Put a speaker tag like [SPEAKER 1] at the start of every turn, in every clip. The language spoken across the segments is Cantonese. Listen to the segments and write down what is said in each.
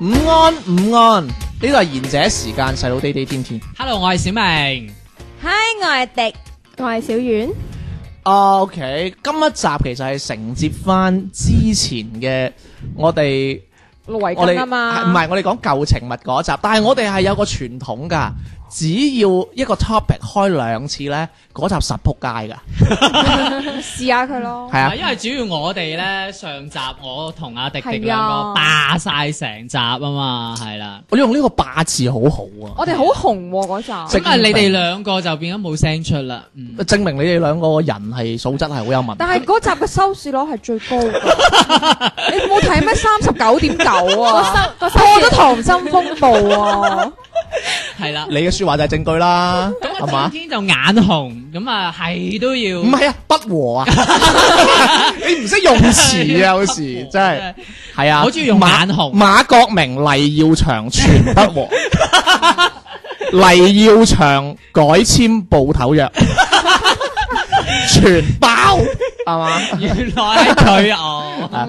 [SPEAKER 1] 午安午安，呢度係賢者時間，細佬地地天天。
[SPEAKER 2] Hello，我係小明。
[SPEAKER 3] 嗨，我係迪，
[SPEAKER 4] 我係小遠，
[SPEAKER 1] 啊，OK，今一集其實係承接翻之前嘅我哋。
[SPEAKER 3] 圍
[SPEAKER 1] 我哋
[SPEAKER 3] 巾啊嘛，
[SPEAKER 1] 唔係我哋講舊情物嗰集，但係我哋係有個傳統㗎，只要一個 topic 開兩次咧，嗰集實仆街㗎。
[SPEAKER 3] 試下佢咯。
[SPEAKER 1] 係啊，
[SPEAKER 2] 因為主要我哋咧上集我同阿迪迪
[SPEAKER 3] 係啊
[SPEAKER 2] 兩個霸晒成集啊嘛，係啦。
[SPEAKER 1] 我用呢個霸字好好啊，
[SPEAKER 3] 我哋好紅喎嗰集，
[SPEAKER 1] 即
[SPEAKER 2] 咁啊，你哋兩個就變咗冇聲出啦。嗯，
[SPEAKER 1] 證明你哋兩個人係素質係好有問題。
[SPEAKER 3] 哦但係嗰集嘅收視率係最高嘅。 你冇睇咩三十九點九 啊？
[SPEAKER 4] 個收
[SPEAKER 3] 破咗溏心風暴啊！
[SPEAKER 2] 係啦。
[SPEAKER 1] 你嘅説話就係證據啦，
[SPEAKER 2] 咁
[SPEAKER 1] 係
[SPEAKER 2] 啊，
[SPEAKER 1] 嘛？
[SPEAKER 2] 今天就眼紅，咁啊係都要。
[SPEAKER 1] 唔係啊，不和 啊！你唔識用詞啊，有時真係係啊。
[SPEAKER 2] 我中意用眼紅
[SPEAKER 1] 馬馬國明、黎耀祥全不和。 黎耀祥改簽報頭 約，全包係嘛？
[SPEAKER 2] 原來係佢哦。
[SPEAKER 1] 啊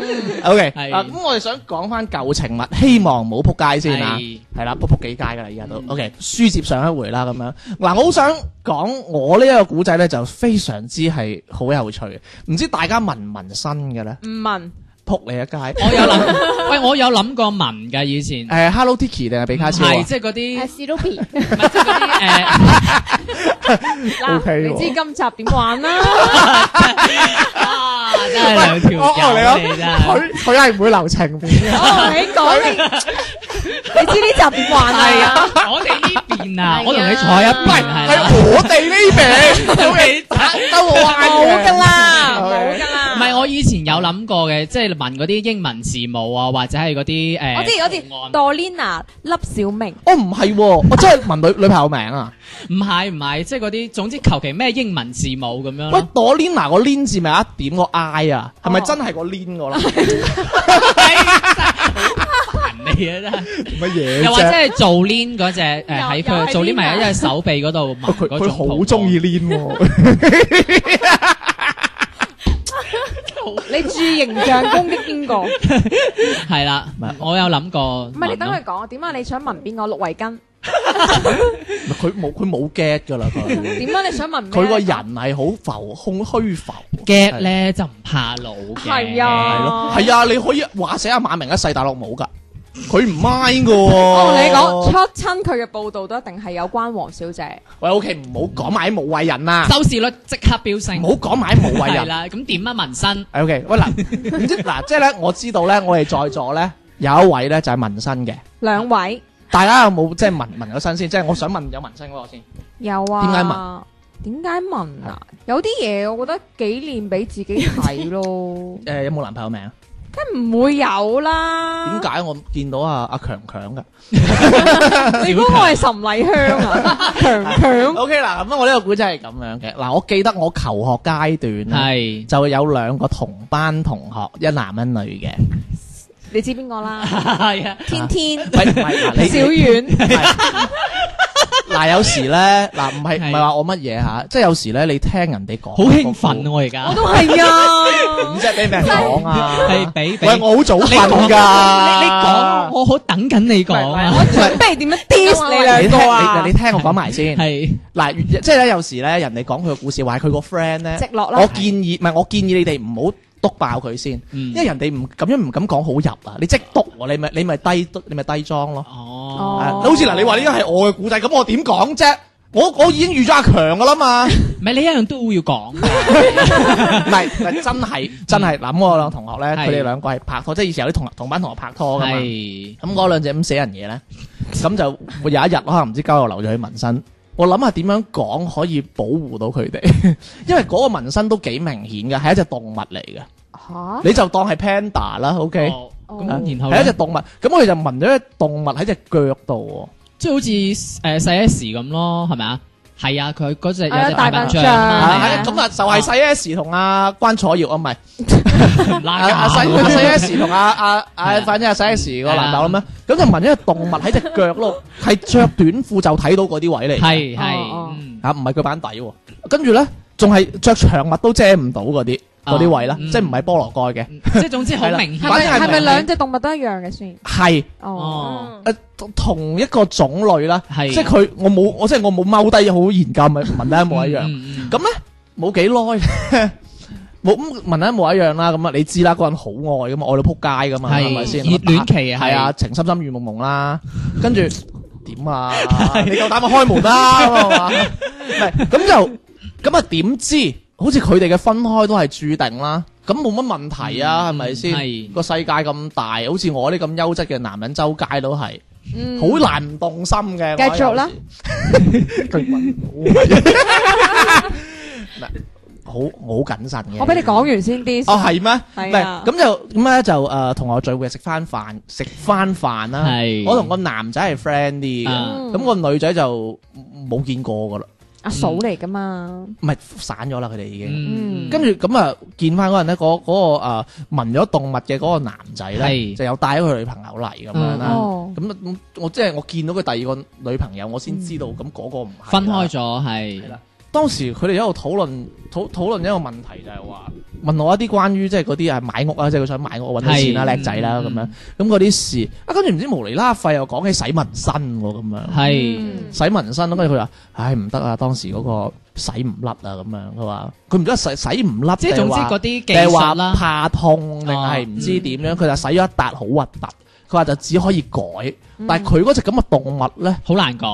[SPEAKER 1] ，OK，
[SPEAKER 2] 係
[SPEAKER 1] 啊，咁我哋想講翻舊情物，希望唔好撲街先啊，
[SPEAKER 2] 係
[SPEAKER 1] 係啦，撲撲幾街噶啦，而家都 OK，書接上一回啦，咁樣嗱，我好想講我呢一個古仔咧，就非常之係好有趣嘅，唔知大家紋唔紋身嘅咧？
[SPEAKER 3] 唔問
[SPEAKER 1] 撲你一街，
[SPEAKER 2] 我有諗，喂，我有諗過紋㗎以前。
[SPEAKER 1] 誒 Hello Kitty 定係比卡超
[SPEAKER 2] 係
[SPEAKER 1] 啊
[SPEAKER 2] 即係嗰啲
[SPEAKER 4] 係，史努比，
[SPEAKER 2] 唔係即係嗰 啲
[SPEAKER 3] 嗱
[SPEAKER 1] OK 喎
[SPEAKER 3] 你知今集點玩 啦？
[SPEAKER 2] 誒，啊，真係兩條
[SPEAKER 1] 喂我我嚟啊
[SPEAKER 2] 友嚟真
[SPEAKER 1] 佢佢係唔會留情 面嘅。
[SPEAKER 3] 我哦同你講，你你知呢集點玩
[SPEAKER 2] 係
[SPEAKER 3] 啊？
[SPEAKER 2] 啊， 我哋呢邊啊，
[SPEAKER 4] 係啊
[SPEAKER 2] 我同你坐一啊
[SPEAKER 1] 唔係，
[SPEAKER 2] 邊係
[SPEAKER 1] 係啊
[SPEAKER 2] 啦。
[SPEAKER 1] 我哋呢 邊，有人打兜我彎
[SPEAKER 3] 冇噶
[SPEAKER 1] 嘅。
[SPEAKER 3] 啦，
[SPEAKER 1] OK
[SPEAKER 3] 冇噶啦。
[SPEAKER 2] 唔係我以前有諗過嘅，即係紋嗰啲英文字母啊，或者係嗰啲誒，
[SPEAKER 3] 我知我知
[SPEAKER 2] 圖案
[SPEAKER 3] ờ, ，Dolina 粒小明，
[SPEAKER 1] 我唔係喎，我真係問女女朋友名啊！
[SPEAKER 2] 唔係唔係，即係嗰啲總之求其咩英文字母咁樣
[SPEAKER 1] 喂
[SPEAKER 2] 咯。
[SPEAKER 1] ，Dolina 個 Lin 字咪有一點個 I 啊，係咪
[SPEAKER 3] 哦
[SPEAKER 1] 真係個 Lin 個啦？
[SPEAKER 2] 人嚟啊真係，
[SPEAKER 1] 乜嘢
[SPEAKER 2] 又或者係做 lin 嗰只誒
[SPEAKER 4] 又
[SPEAKER 2] 喺
[SPEAKER 4] 又
[SPEAKER 2] 佢
[SPEAKER 4] 係
[SPEAKER 2] 做 lin 咪
[SPEAKER 4] Lin 啊
[SPEAKER 2] 喺隻手臂嗰度紋
[SPEAKER 1] 佢
[SPEAKER 2] 嗰
[SPEAKER 1] 佢
[SPEAKER 2] 種
[SPEAKER 1] 好中意 Lin 喎，
[SPEAKER 3] 你注意形象攻擊邊個？唔
[SPEAKER 2] 圖案係啦
[SPEAKER 1] 唔係，
[SPEAKER 2] 我有諗過。唔
[SPEAKER 3] 係你等佢講，點解你想問邊個綠圍巾？
[SPEAKER 1] 佢冇佢冇 get 㗎啦 佢。
[SPEAKER 3] 點解你想問咩
[SPEAKER 1] 佢個人係好浮空虛浮，
[SPEAKER 2] get 咧就唔怕老嘅。
[SPEAKER 3] 係啊
[SPEAKER 1] 係咯，係啊，你可以話寫阿馬明一世大陸冇㗎，佢唔 mind 㗎喎。
[SPEAKER 3] 我同你講，出親佢嘅報導都一定係有關黃小姐。
[SPEAKER 1] 喂，OK，唔好講埋啲無謂 人啦，
[SPEAKER 2] 收視率即刻飆升。
[SPEAKER 1] 唔好講埋啲無謂
[SPEAKER 2] 係
[SPEAKER 1] 人。
[SPEAKER 2] 啦，咁點啊紋身？
[SPEAKER 1] 係 OK，喂嗱，唔知嗱，即係咧，我知道咧，我哋在座咧有一位咧就係紋身嘅，
[SPEAKER 3] 兩位
[SPEAKER 1] 大家有冇即係紋紋咗身先？即係我想問有紋身嗰個先。
[SPEAKER 3] 有啊？
[SPEAKER 1] 點解
[SPEAKER 3] 問？點解問啊？有啲嘢我覺得紀念俾自己睇咯，
[SPEAKER 1] 誒、有冇男朋友名啊？
[SPEAKER 3] 梗唔會有啦。
[SPEAKER 1] 點解我見到啊阿阿強強嘅
[SPEAKER 3] 你估我係岑麗香啊？強
[SPEAKER 2] 嗯
[SPEAKER 3] 強
[SPEAKER 1] ？O K 嗱，咁我呢個古仔係咁樣嘅。嗱，我記得我求學階段 咧，
[SPEAKER 2] 係
[SPEAKER 1] 就有兩個同班同學，一男一 女嘅。
[SPEAKER 3] 你知邊個啦？
[SPEAKER 2] 係啊，
[SPEAKER 3] 天天、
[SPEAKER 1] 喂，唔 係嗱，你
[SPEAKER 3] 小遠，
[SPEAKER 1] 你係嗱，有時咧，嗱，唔係唔係話我乜嘢吓，即係有時咧，你聽人哋講，
[SPEAKER 2] 好興奮啊！我而
[SPEAKER 3] 我
[SPEAKER 2] 家
[SPEAKER 3] 都係啊
[SPEAKER 1] 咁。即係俾咩人講啊？
[SPEAKER 2] 係俾俾
[SPEAKER 1] 喂，我好早
[SPEAKER 2] 你講
[SPEAKER 1] 瞓㗎。
[SPEAKER 2] 你你講，我好等緊你講
[SPEAKER 1] 唔
[SPEAKER 2] 啊
[SPEAKER 1] 係。
[SPEAKER 3] 準備點樣 diss 你
[SPEAKER 1] 你
[SPEAKER 3] 兩
[SPEAKER 1] 聽
[SPEAKER 3] 個
[SPEAKER 1] 你
[SPEAKER 3] 啊
[SPEAKER 1] 你？聽我講埋先。
[SPEAKER 2] 係
[SPEAKER 1] 嗱，即係咧，有時咧，人哋講佢個故事，話佢個 friend 咧，
[SPEAKER 3] 直落啦
[SPEAKER 1] 我建議，唔係我建議你哋唔好篤爆佢先，
[SPEAKER 2] 嗯
[SPEAKER 1] 因為人哋唔咁樣唔敢講好入啊，你即篤喎，你咪你咪低你咪低裝咯。
[SPEAKER 2] 哦，
[SPEAKER 1] 係好似嗱，你話呢個係我嘅故仔，咁我點講啫？我我已經預咗阿強噶 啦嘛，唔
[SPEAKER 2] 唔係你一樣都會要講。
[SPEAKER 1] 係唔係真係真係諗我兩個同學咧，
[SPEAKER 2] 係
[SPEAKER 1] 佢哋兩個係拍拖，即係以前有啲同同班同學拍拖噶嘛。
[SPEAKER 2] 係
[SPEAKER 1] 咁嗰兩隻咁死人嘢咧，咁就會有一日可能唔知交友留咗去紋身，我諗下點樣講可以保護到佢哋， 因為嗰個紋身都幾明顯嘅，係一隻動物嚟嘅，
[SPEAKER 3] 吓，
[SPEAKER 1] 你就當係 panda 啦，OK，
[SPEAKER 2] 啊哦咁
[SPEAKER 3] 哦
[SPEAKER 2] 然後
[SPEAKER 1] 係一隻
[SPEAKER 2] 咧，
[SPEAKER 1] 動物，咁我哋就紋咗一隻動物喺隻腳度
[SPEAKER 2] 即係好似誒細 S 咁咯，係咪啊？係啊，佢嗰隻有
[SPEAKER 3] 係啊
[SPEAKER 2] 隻
[SPEAKER 3] 大
[SPEAKER 2] 大笨
[SPEAKER 3] 笨
[SPEAKER 2] 象
[SPEAKER 1] 喎，
[SPEAKER 3] 象
[SPEAKER 2] 啊
[SPEAKER 1] 啊
[SPEAKER 2] 嘛
[SPEAKER 3] 係
[SPEAKER 2] 係
[SPEAKER 1] 係
[SPEAKER 2] 啊
[SPEAKER 1] 咁啊就係細 S 同阿關楚耀啊，唔係。
[SPEAKER 2] 唔
[SPEAKER 1] 阿
[SPEAKER 2] 拉
[SPEAKER 1] 阿
[SPEAKER 2] 架
[SPEAKER 1] 細阿細 S 同阿阿
[SPEAKER 2] 啊係
[SPEAKER 1] 阿
[SPEAKER 2] 啊
[SPEAKER 1] 反正阿細 S 個
[SPEAKER 2] 係啊
[SPEAKER 1] 男朋友咁樣，咁就紋咗個動物喺隻腳咯，係着短褲就睇到嗰啲位嚟，
[SPEAKER 2] 係
[SPEAKER 3] 哦
[SPEAKER 2] 係嗯
[SPEAKER 1] 啊唔係腳板底喎，跟住咧仲係着長襪都遮唔到嗰啲嗰啲位啦，
[SPEAKER 2] 嗯
[SPEAKER 1] 即係唔係菠蘿蓋嘅，
[SPEAKER 2] 嗯即係總之好
[SPEAKER 1] 係啦
[SPEAKER 2] 明
[SPEAKER 3] 係
[SPEAKER 2] 顯，
[SPEAKER 1] 反正
[SPEAKER 3] 咪
[SPEAKER 1] 係
[SPEAKER 3] 係咪
[SPEAKER 1] 明
[SPEAKER 3] 兩隻動物都一樣嘅先？
[SPEAKER 1] 係
[SPEAKER 3] 哦，
[SPEAKER 2] 哦
[SPEAKER 1] 誒同一個種類啦，
[SPEAKER 2] 係
[SPEAKER 1] 即係佢我冇我即係我冇踎低好研究咪紋得一模一樣，
[SPEAKER 2] 樣
[SPEAKER 1] 咁咧冇幾耐。 冇咁紋得一模一樣啦，咁啊你知啦，嗰個人好愛噶嘛，愛到撲街噶嘛，係咪
[SPEAKER 2] 係
[SPEAKER 1] 先？
[SPEAKER 2] 熱戀期啊，
[SPEAKER 1] 系啊，情深深雨蒙蒙啦，跟住點 啊？你夠膽咪開門啦，咁啊嘛唔係咁就咁啊？點知好似佢哋嘅分開都係注定啦，咁冇乜問題啊，係咪先？
[SPEAKER 2] 係
[SPEAKER 1] 個世界咁大，好似我呢咁優質嘅男人周街都係，
[SPEAKER 3] 嗯
[SPEAKER 1] 好難唔動心嘅。
[SPEAKER 3] 繼續啦
[SPEAKER 1] 我有時，佢搵我嗱好我好謹慎嘅。
[SPEAKER 3] 我俾你講完先啲。
[SPEAKER 1] 哦，係咩？唔
[SPEAKER 3] 係啊
[SPEAKER 1] 係咁就咁咧就誒同學聚會食翻飯食翻飯啦。
[SPEAKER 2] 係
[SPEAKER 1] 我同個男仔係 friend 啲嘅，
[SPEAKER 2] 啊
[SPEAKER 3] Ừ.
[SPEAKER 1] 咁個女仔就冇見過噶啦，
[SPEAKER 3] 阿嫂嚟噶嘛？
[SPEAKER 1] 唔係散咗啦，佢哋已
[SPEAKER 2] Ừ.
[SPEAKER 1] 經。
[SPEAKER 2] 嗯
[SPEAKER 1] 跟住咁啊，見翻嗰人咧，嗰嗰個誒紋咗動物嘅嗰個男仔咧，
[SPEAKER 2] 係
[SPEAKER 1] 就有帶咗佢女朋友嚟咁樣
[SPEAKER 2] 嗯
[SPEAKER 1] 啦。
[SPEAKER 3] 哦，
[SPEAKER 1] 咁咁我即係我見到佢第二個女朋友，我先知道咁嗰個唔係啦
[SPEAKER 2] 分開。咗係
[SPEAKER 1] 係啦當時佢哋喺度討論討討論一個問題，就係話問我一啲關於即係嗰啲係買屋啊，即係佢想買屋，我揾到錢啦，
[SPEAKER 2] 係
[SPEAKER 1] 叻仔啦咁
[SPEAKER 2] 嗯
[SPEAKER 1] 樣咁嗰啲事啊，跟住唔知無厘啦廢又講起洗紋身喎咁樣。
[SPEAKER 3] Ừ.
[SPEAKER 2] 係
[SPEAKER 1] 洗紋身咯，跟住佢話：唉唔得啊，當時嗰個洗唔甩啊咁樣，佢話佢唔知洗洗唔甩，
[SPEAKER 2] 即係
[SPEAKER 1] 定
[SPEAKER 2] 總
[SPEAKER 1] 係
[SPEAKER 2] 之
[SPEAKER 1] 話
[SPEAKER 2] 嗰啲技
[SPEAKER 1] 定係
[SPEAKER 2] 術
[SPEAKER 1] 話
[SPEAKER 2] 啦，哦
[SPEAKER 1] 怕痛定係唔知點樣，佢就洗咗一笪好核突，佢話就只可以改，但係佢嗰只咁嘅動物咧。
[SPEAKER 2] 好 難改，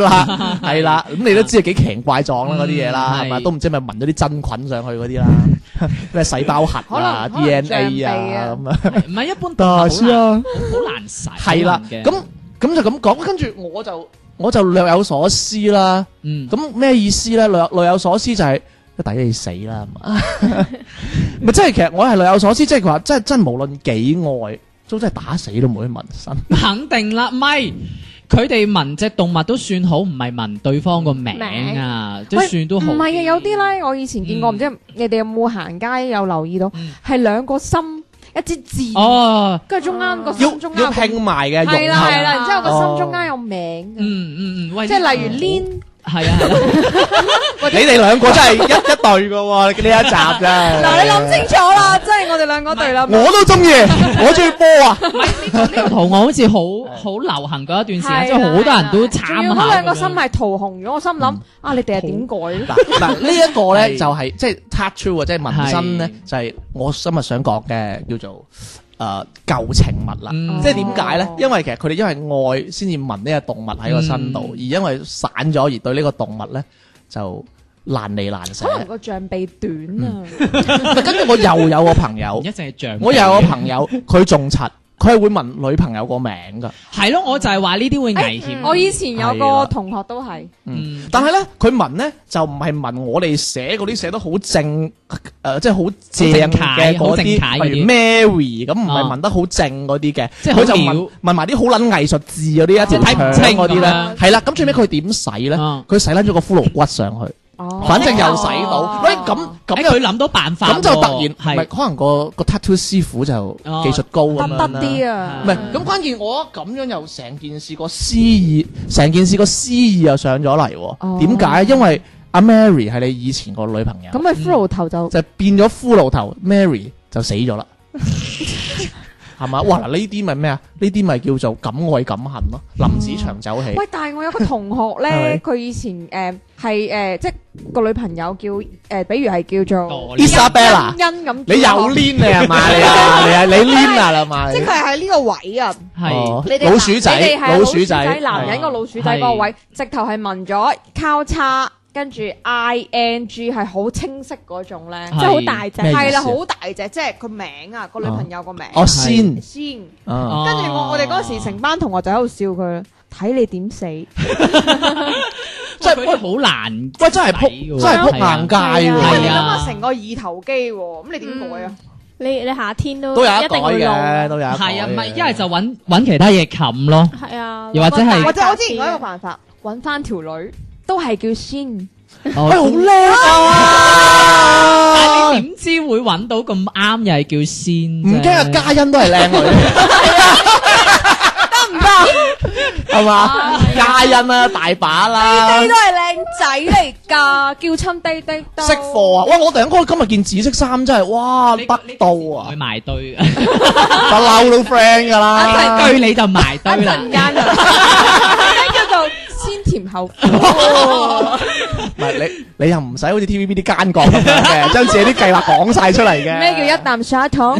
[SPEAKER 1] 啦，係啦，咁你都知係幾奇形怪狀啦，嗰啲嘢啦，
[SPEAKER 2] 嗯
[SPEAKER 1] 係嘛，
[SPEAKER 2] 係
[SPEAKER 1] 都唔知係咪聞咗啲真菌上去 嗰啲啦，咩細胞核啊、
[SPEAKER 3] 可能可能
[SPEAKER 1] DNA 啊
[SPEAKER 3] 像
[SPEAKER 1] 咁啊，
[SPEAKER 2] 唔係一般動物好難
[SPEAKER 1] 啊，
[SPEAKER 2] 好難洗，
[SPEAKER 1] 係啦，
[SPEAKER 2] 好難嘅
[SPEAKER 1] 咁咁就咁講，跟住我就我就略有所思啦。
[SPEAKER 2] 嗯
[SPEAKER 1] 咁咩意思咧？略略有所思就係、抵你死啦，係嘛？ 咪即係其實我係略有所思，即係佢話真係真係無論幾愛，都真係打死都冇去紋身。
[SPEAKER 2] 肯定啦，咪佢哋聞只動物都算好，唔係聞對方個名啊，都
[SPEAKER 3] 喂
[SPEAKER 2] 算都好。
[SPEAKER 3] 唔係啊，有啲咧，我以前見過，
[SPEAKER 2] 嗯
[SPEAKER 3] 唔知你哋有冇行街有留意到，係兩個心一支字，
[SPEAKER 2] Ờ. 哦，
[SPEAKER 3] 跟住中間個
[SPEAKER 1] 要
[SPEAKER 3] 心中
[SPEAKER 1] 要
[SPEAKER 3] 間有個
[SPEAKER 1] 拼埋嘅，
[SPEAKER 3] 係
[SPEAKER 1] 融
[SPEAKER 3] 啦
[SPEAKER 1] 合
[SPEAKER 3] 係啦，然之後個
[SPEAKER 1] 哦
[SPEAKER 3] 心中間有
[SPEAKER 2] Ừ.
[SPEAKER 3] 名嘅，
[SPEAKER 2] 嗯嗯嗯，喂，
[SPEAKER 3] 即係例如 Lin
[SPEAKER 2] 係啊，係啊
[SPEAKER 1] 你哋兩個真 係一一對噶喎，呢一集真係。
[SPEAKER 3] 嗱，你諗清楚啦，即係我哋兩個對啦。
[SPEAKER 1] 我都中意，我中意波啊！
[SPEAKER 2] 呢個圖案好似好好流行嗰一段時間，即係好多人都
[SPEAKER 3] 仲
[SPEAKER 2] 參
[SPEAKER 3] 要
[SPEAKER 2] 考。
[SPEAKER 3] 嗰兩個心係桃紅咗，我心諗
[SPEAKER 1] 嗯
[SPEAKER 3] 啊，你哋係點改咧？
[SPEAKER 1] 嗱嗱，呢一個咧
[SPEAKER 2] 係
[SPEAKER 1] 就係即係 touch true 啊，即係紋身咧
[SPEAKER 2] 係
[SPEAKER 1] 就係我今日想講嘅叫做誒舊情物啦。
[SPEAKER 2] 嗯
[SPEAKER 1] 即係點解咧
[SPEAKER 3] 哦？
[SPEAKER 1] 因為其實佢哋因為愛先至紋呢個動物喺個身度，
[SPEAKER 2] 嗯
[SPEAKER 1] 而因為散咗而對呢個動物咧就難離難捨。
[SPEAKER 3] 可能個象鼻短啊，
[SPEAKER 1] 跟住我又有個
[SPEAKER 2] 唔
[SPEAKER 1] 朋 友
[SPEAKER 2] 一，定係象。
[SPEAKER 1] 我又有個朋友，佢仲柒，佢係會紋女朋友個名噶。
[SPEAKER 2] 係咯，我就係話呢啲會危險。
[SPEAKER 3] 我以前有
[SPEAKER 1] 係啦
[SPEAKER 3] 個同學都係，
[SPEAKER 2] 嗯
[SPEAKER 1] 但係咧，佢紋咧就唔係紋我哋寫嗰啲寫得好正，誒、即係好正
[SPEAKER 2] 好正
[SPEAKER 1] 嘅嗰啲，
[SPEAKER 2] 楷好正楷嗰啲
[SPEAKER 1] 譬如 Mary 咁，唔係
[SPEAKER 2] 哦
[SPEAKER 1] 紋得好正嗰啲嘅，
[SPEAKER 2] 即係好
[SPEAKER 1] 佢就
[SPEAKER 2] 潦
[SPEAKER 1] 紋紋埋啲好撚藝術字嗰啲一
[SPEAKER 2] 即係
[SPEAKER 1] 直
[SPEAKER 2] 睇唔清
[SPEAKER 1] 嗰啲
[SPEAKER 2] 咁
[SPEAKER 1] 咧
[SPEAKER 2] 樣，
[SPEAKER 1] 係啦。咁最尾佢點洗咧？
[SPEAKER 2] 嗯
[SPEAKER 1] 佢洗甩咗個骷髏骨上去，
[SPEAKER 3] 哦
[SPEAKER 1] 反正又洗
[SPEAKER 3] Ờ.
[SPEAKER 1] 到。喂，咁咁
[SPEAKER 2] 誒
[SPEAKER 1] 又
[SPEAKER 2] 佢諗到辦法喎，
[SPEAKER 1] 咁就突然，唔係
[SPEAKER 2] 係
[SPEAKER 1] 可能個個 tattoo 師傅就
[SPEAKER 2] 哦
[SPEAKER 1] 技術高咁
[SPEAKER 3] 得
[SPEAKER 1] 樣啦
[SPEAKER 3] 得啲啊，
[SPEAKER 1] 唔係，咁關鍵我覺得咁樣又成件事個詩意，成件事個詩意又上咗嚟
[SPEAKER 3] 哦
[SPEAKER 1] 喎。點解？因為阿 Mary 係你以前個女朋友，
[SPEAKER 3] 咁咪骷髏頭就
[SPEAKER 1] 就變咗骷髏頭，Mary 就死咗啦。係嘛？哇！嗱，呢啲咪咩啊？呢啲咪叫做敢愛敢恨咯。林子祥走起，
[SPEAKER 3] 喂，但係我有個同學
[SPEAKER 1] 係咪
[SPEAKER 3] 咧，佢以前誒係誒，即係個女朋友叫誒、比如係叫做
[SPEAKER 2] 墮落
[SPEAKER 1] Isabella
[SPEAKER 3] 欣欣咁，
[SPEAKER 1] 你又攣你 係嘛？你啊，你啊，你攣啊啦嘛？
[SPEAKER 3] 即係
[SPEAKER 1] 你
[SPEAKER 3] 佢係喺呢個位啊！
[SPEAKER 2] 係
[SPEAKER 1] 哦
[SPEAKER 3] 你哋男
[SPEAKER 1] 老鼠
[SPEAKER 3] 你哋
[SPEAKER 1] 仔，
[SPEAKER 3] 係老
[SPEAKER 1] 鼠
[SPEAKER 3] 仔，男人
[SPEAKER 1] 係
[SPEAKER 3] 個老鼠仔嗰個位，直頭係紋咗交叉，跟住 I N G 係好清晰嗰種咧，
[SPEAKER 4] 真係好大隻
[SPEAKER 1] 咩意，思啊
[SPEAKER 3] 係啦，好大隻，即係個名啊，個女朋友個名
[SPEAKER 1] 哦先
[SPEAKER 3] 先。
[SPEAKER 1] 啊，
[SPEAKER 3] 跟 住我我哋嗰時成班同學就喺度笑佢，睇你點死。
[SPEAKER 1] 真係
[SPEAKER 2] 佢哋好難，
[SPEAKER 1] 喂，真係撲，真係撲硬街
[SPEAKER 4] 係
[SPEAKER 3] 喂，你
[SPEAKER 2] 係
[SPEAKER 1] 喎
[SPEAKER 2] 啊，
[SPEAKER 3] 諗下成個二頭肌喎，咁你點改啊？
[SPEAKER 4] 你你夏天都
[SPEAKER 1] 都有一
[SPEAKER 4] 一
[SPEAKER 1] 袋
[SPEAKER 4] 定會用，
[SPEAKER 1] 嘅，都有一袋
[SPEAKER 2] 係啊，唔係
[SPEAKER 1] 嘅
[SPEAKER 2] 一係就揾揾其他嘢冚咯，
[SPEAKER 4] 係啊，
[SPEAKER 2] 又或者係
[SPEAKER 1] 嗯
[SPEAKER 3] 或者我之前講一
[SPEAKER 1] 啊
[SPEAKER 3] 個辦法，揾翻條女都係叫仙，
[SPEAKER 1] 喂，哎好
[SPEAKER 2] 哦
[SPEAKER 1] 叻啊！
[SPEAKER 2] 但係你點知會揾到咁啱又係叫仙
[SPEAKER 1] 唔
[SPEAKER 2] 啫？
[SPEAKER 1] 驚啊，嘉欣都係靚女，
[SPEAKER 3] 得唔得？
[SPEAKER 1] 係嘛？嘉欣啦，大把啦
[SPEAKER 3] 呢啲，都係靚仔嚟㗎，叫親低低都
[SPEAKER 1] 識貨啊！哇，我突然間今日件紫色衫真係，哇，
[SPEAKER 2] 你
[SPEAKER 1] 北到啊
[SPEAKER 2] 去，埋堆，
[SPEAKER 1] 不嬲都 friend 㗎 啦。
[SPEAKER 2] 一對你就埋
[SPEAKER 3] 一
[SPEAKER 2] 堆啦
[SPEAKER 3] 陣。間就叫做先甜後苦。
[SPEAKER 1] 唔係你，你又唔使好似 TVB 啲奸角咁樣嘅，將自己啲計劃講晒出嚟嘅。
[SPEAKER 3] 咩叫一啖砂糖？